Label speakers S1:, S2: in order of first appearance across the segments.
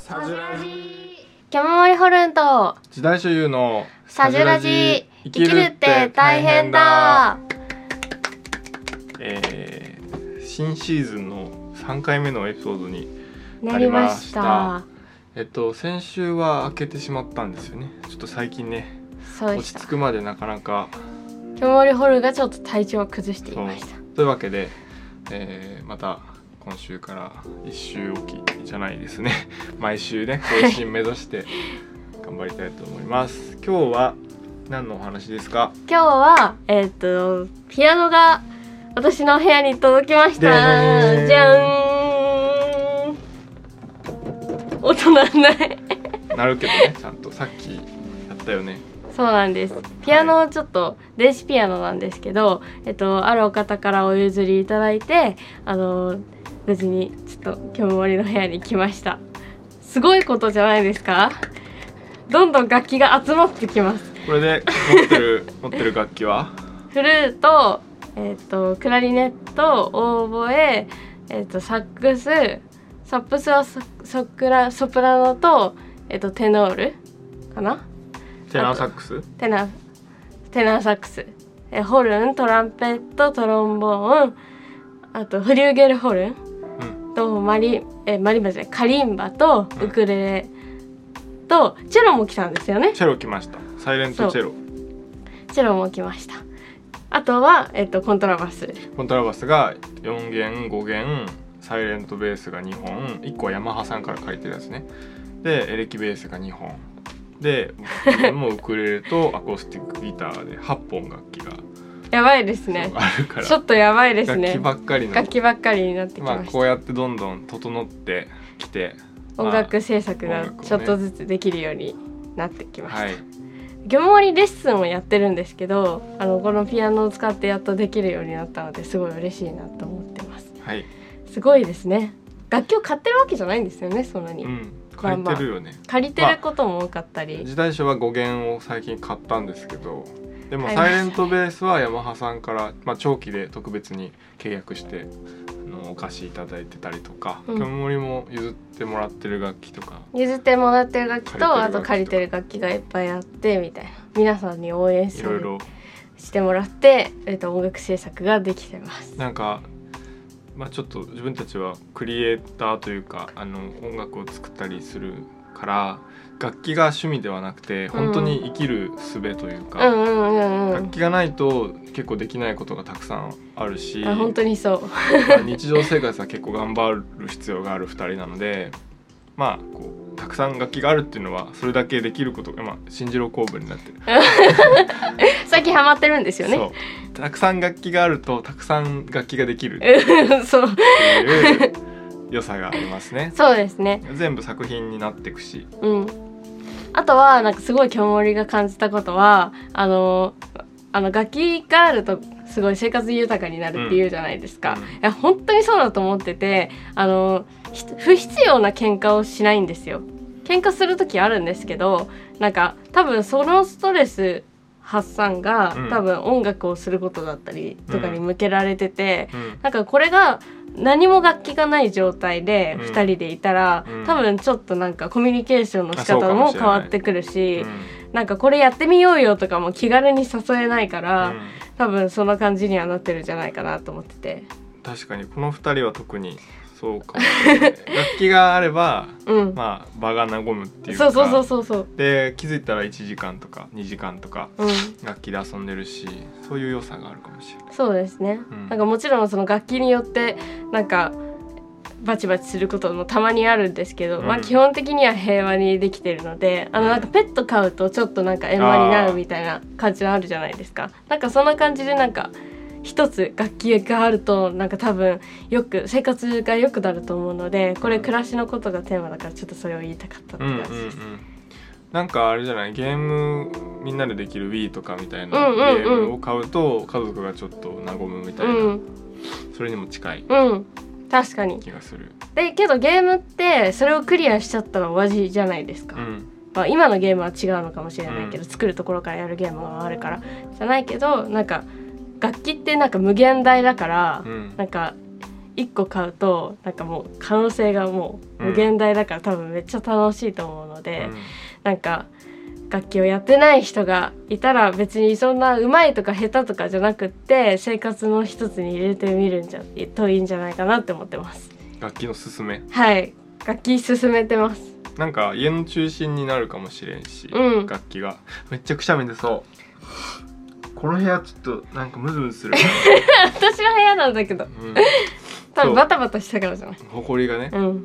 S1: サジュラジ
S2: キャマモリホルンと
S1: 時代所有の
S2: サジュラジ生きるって大変だ。
S1: えー新シーズンの3回目のエピソードに
S2: なりました
S1: な。えっと先週は開けてしまったんですよねちょっと最近ね
S2: そうで
S1: 落
S2: し
S1: ち
S2: た。
S1: 着
S2: キ
S1: くまでなかなか
S2: ャマモリホルンがちょっと体調を崩してい
S1: そう
S2: ました。
S1: というわけで、えーまた今週から1週おきじゃないですね 毎週ね更新目 指して頑張りたいと思います今日は何のお話ですか
S2: 今日はえっ、とピアノが私の部屋に届きまし
S1: でー
S2: た。
S1: ん
S2: じゃーん。音なんない。
S1: なるけどねちゃんとさっきやったよね
S2: そうなんです。ピアノをちょっと電子ピアノなんですけど、えっとあるお方からお譲りいただいて、あの無事にちょっと今日森の部屋に来ました。すごいことじゃないですか？どんどん楽器が集まってきます。
S1: これで持ってる 持ってる楽器は
S2: フルート、えっとクラリネット、オーボエ、えっとサックス、サップスはソソクラソプラノとえっとテノールかな？
S1: テナーサックス
S2: テナテナーサックスえホルントランペットトロンボーンあとフリューゲルホルン
S1: うん
S2: とマリえマリンバじゃないカリンバと
S1: うん
S2: ウクレレとチェロも来たんですよね
S1: チェロ来ましたサイレントチェロ
S2: チェロも来ましたあとは、えっと、コントラバス
S1: コントラバスが4弦5弦サイレントベースが2本1個はヤマハさんから借りてるやつねでエレキベースが2本で 僕もウクレレとアコースティックギターで8本楽器が
S2: やばいですね
S1: そうあるから
S2: ちょっとやばいです
S1: 楽器
S2: ね
S1: ばっかりの
S2: 楽器ばっかりになってき
S1: まあ
S2: まし
S1: こ
S2: た、
S1: うやってどんどん整ってきて
S2: 音楽制作
S1: 音
S2: が
S1: 楽をね
S2: ちょっとずつできるようになってきました、
S1: はい
S2: 魚モリレッスンをやってるんですけどあのこのピアノを使ってやっとできるようになったのですごい嬉しいなと思ってます
S1: はい
S2: すごいですね楽器を買ってるわけじゃないんですよねそんなに、
S1: うん借りてるよね
S2: 借りてることも多かったり、
S1: 時代書は5弦を最近買ったんですけどでも
S2: 買いま
S1: サ
S2: し
S1: イ
S2: た
S1: レントベースはヤマハさんから、まあ、長期で特別に契約してあのお貸しいただいてたりとか
S2: うん
S1: キョンモリも譲ってもらってる楽器とか
S2: 譲ってもらってる楽器とあと
S1: 借
S2: 借
S1: り
S2: り
S1: て
S2: て
S1: る
S2: る楽器がいっぱいあってみたいな皆さんに応援す
S1: い
S2: る
S1: ろいろ
S2: してもらって、えっと、音楽制作ができてます
S1: なんか、まあ、ちょっと自分たちはクリエイターというかあの音楽を作ったりするから楽器が趣味ではなくて本当に生きる術という
S2: うん
S1: か、
S2: うんうんう
S1: 楽
S2: ん
S1: 器がないと結構できないことがたくさんあるし。
S2: あ本当にそう
S1: まあ日常生活は結構頑張る必要がある2人なのでまあこうたくさん楽器があるっていうのはそれだけできることがまあ新次郎公文になってる
S2: 最近ハマってるんですよね
S1: そうたくさん楽器があるとたくさん楽器ができるっ
S2: うん そう
S1: ていう 良さがありますね
S2: そうですね
S1: 全部作品になっていくし
S2: うん、あとはなんかすごい興味が感じたことはあのあの楽器があるとすごい生活豊かになるっていうじゃないですか、
S1: うん
S2: いや本当にそうだと思っててあのひ不必要な喧嘩をしないんですよ喧嘩する時あるんですけどなんか多分そのストレス発散が、
S1: うん
S2: 多分音楽をすることだったりとかに向けられてて、
S1: うん
S2: なんかこれが何も楽器がない状態で
S1: うん
S2: 2人でいたら、
S1: うん
S2: 多分ちょっとなんかコミュニケーションの仕
S1: あそうか
S2: 方
S1: も
S2: も
S1: しれ
S2: 変
S1: ない
S2: わってくるし
S1: うん
S2: なんかこれやってみようよとかも気軽に誘えないから、
S1: うん
S2: 多分そんな感じにはなってるんじゃないかなと思ってて
S1: 確かにこの2人は特にそうかもし れない楽器があれば
S2: うん、
S1: まあ場が和むっていう
S2: そ
S1: か
S2: うそうそうそうそう
S1: で気づいたら1時間とか2時間とか
S2: うん
S1: 楽器で遊んでるしそういう良さがあるかもしれない
S2: そうですね、
S1: うん
S2: なんかもちろんその楽器によってなんかバチバチすることもたまにあるんですけど、
S1: うん
S2: まあ基本的には平和にできてるのであのなんかペット飼うとちょっとなんか円満になるみたいな感じはあるじゃないですかなんかそんな感じでなんか一つ楽器があるとなんか多分よく生活が良くなると思うのでこれ暮らしのことがテーマだからちょっとそれを言いたかったって
S1: うんうん
S2: 感
S1: う
S2: じです、
S1: んなんかあれじゃないゲームみんなでできる Wii とかみたいな
S2: う
S1: ゲ
S2: んうんうん
S1: ームを買うと家族がちょっと和むみたいな、
S2: うん
S1: それにも近い
S2: うん確かに
S1: 気がする、
S2: でけどゲームってそれをクリアしちゃったら終わりじゃないですか、
S1: うん、
S2: まあ、今のゲームは違うのかもしれないけど、
S1: うん
S2: 作るところからやるゲームがあるからじゃないけどなんか楽器ってなんか無限大だから、
S1: うん
S2: なんか1個買うとなんかもう可能性がもう
S1: うん
S2: 無限大だから、多分めっちゃ楽しいと思うので、
S1: うん
S2: なんか楽器をやってない人がいたら別にそんな上手いとか下手とかじゃなくって生活の一つに入れてみるんじゃといいんじゃないかなって思ってます。
S1: 楽器のすすめ
S2: はい楽器進めてます
S1: なんか家の中心になるかもしれんし、
S2: うん
S1: 楽器がめっちゃくしゃみ出そうこの部屋ちょっとなんかムズムズする、
S2: 私の部屋なんだけど
S1: うん、
S2: 多
S1: そう
S2: 分バタバタしたからじゃない
S1: 埃がね
S2: うん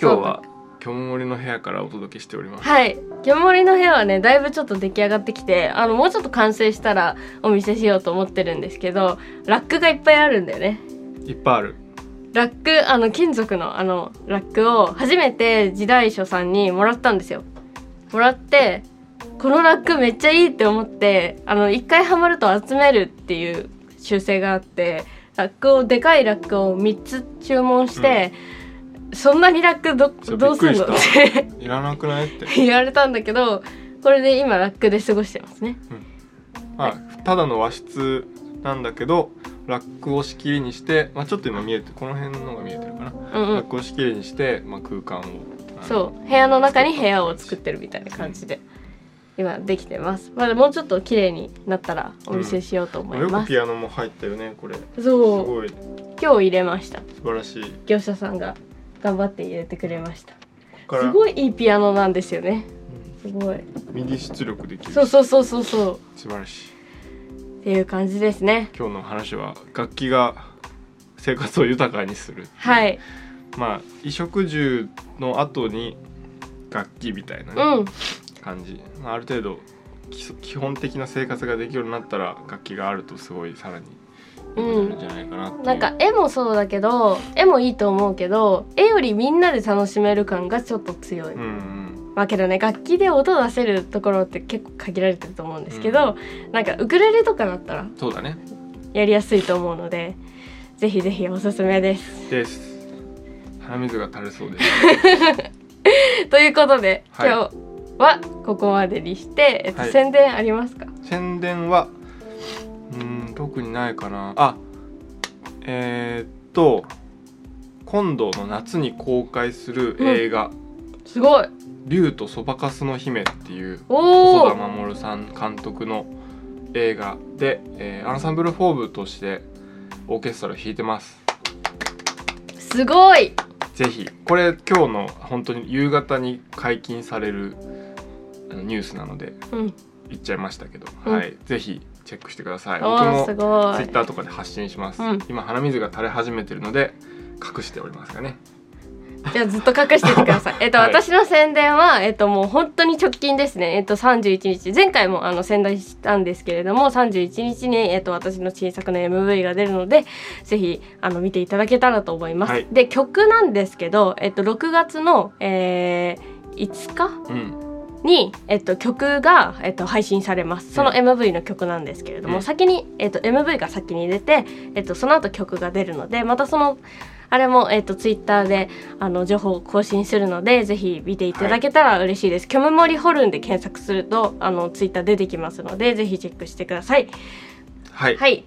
S1: 今日は巨森の部屋からお届けしております
S2: はいギョモリの部屋はねだいぶちょっと出来上がってきてあのもうちょっと完成したらお見せしようと思ってるんですけどラックがいっぱいあるんだよね
S1: いっぱいある
S2: ラックあの金属のあのラックを初めて時代書さんにもらったんですよもらってこのラックめっちゃいいって思ってあの一回ハマると集めるっていう習性があってラックをでかいラックを3つ注文して、そんなにラックど
S1: そう
S2: どうすんの っ
S1: びっくり
S2: て
S1: いらなくないって、
S2: 言われたんだけどこれで今ラックで過ごしてますね
S1: まあ、ただの和室なんだけどラックを仕切りにして、まあ、ちょっと今見えてこの辺のが見えてるかな、
S2: うんう
S1: ラッ
S2: ん
S1: クを仕切りにして、まあ、空間をあの
S2: そう部屋の中に部屋を作ってるみたいな感じで今できてますまだもうちょっと綺麗になったらお見せしようと思い
S1: よ
S2: ま
S1: く
S2: す、
S1: ピアノも入ったよねこれす
S2: そう
S1: ごい
S2: 今日入れました
S1: 素晴らしいこ
S2: 業者さんが頑張って入れてくれました
S1: こから
S2: すごいいいピアノなんですよねすごい
S1: ミディ出力できる
S2: そうそうそうそうそ
S1: 素晴らしいう
S2: っていう感じですね
S1: 今日の話は楽器が生活を豊かにする
S2: はい
S1: まあ衣食住の後に楽器みたいな
S2: う
S1: ね、
S2: ん
S1: 感じ、まあ、ある程度基礎基本的な生活ができるようになったら楽器があるとすごいさらに良くなるんじゃないかなっていう、
S2: なんか絵もそうだけど絵もいいと思うけど絵よりみんなで楽しめる感がちょっと強い、
S1: うんうん
S2: まあけどね楽器で音出せるところって結構限られてると思うんですけど、なんかウクレレとかだったら
S1: そうだね
S2: やりやすいと思うのでぜひぜひおすすめです。
S1: です鼻水が垂れそうです
S2: ということで、
S1: はい
S2: 今日はここまでにして、えっと
S1: はい
S2: 宣伝ありますか
S1: 宣伝はうん特にないかなあえーっと今度の夏に公開する映画
S2: すごい
S1: 「竜とそばかすの姫」っていう
S2: お
S1: 細田
S2: お
S1: 守さん監督の映画で、えーアンサンブルフォーブとしてオーケストラを弾いてます
S2: すごい
S1: ぜひこれ今日の本当に夕方に解禁されるあのニュースなので
S2: うん
S1: 言っちゃいましたけど、
S2: うん
S1: はいぜひチェックしてください
S2: お
S1: 僕
S2: ーす
S1: も
S2: ご
S1: ツイッ
S2: い
S1: ターとかで発信します、
S2: うん
S1: 今鼻水が垂れ始めてるので隠しておりますがね
S2: じゃあずっと隠しててください。えっと、
S1: はい
S2: 私の宣伝は、えっと、もう本当に直近ですね。えっと、31日、前回もあの宣伝したんですけれども、31日に、えっと、私の新作の MV が出るので、ぜひ、あの、見ていただけたらと思います。
S1: はい
S2: で、曲なんですけど、えっと、6月の、えー5日
S1: うん
S2: に、えっと、曲が、えっと、配信されますその
S1: うん
S2: MV の曲なんですけれども、
S1: うん
S2: 先に、えっと、MV が先に出て、えっと、その後曲が出るのでまたそのあれも、えっと、Twitter であの情報を更新するのでぜひ見ていただけたら嬉しいです「キョムモリホルン」で検索するとあの Twitter 出てきますのでぜひチェックしてください。
S1: はい、
S2: はい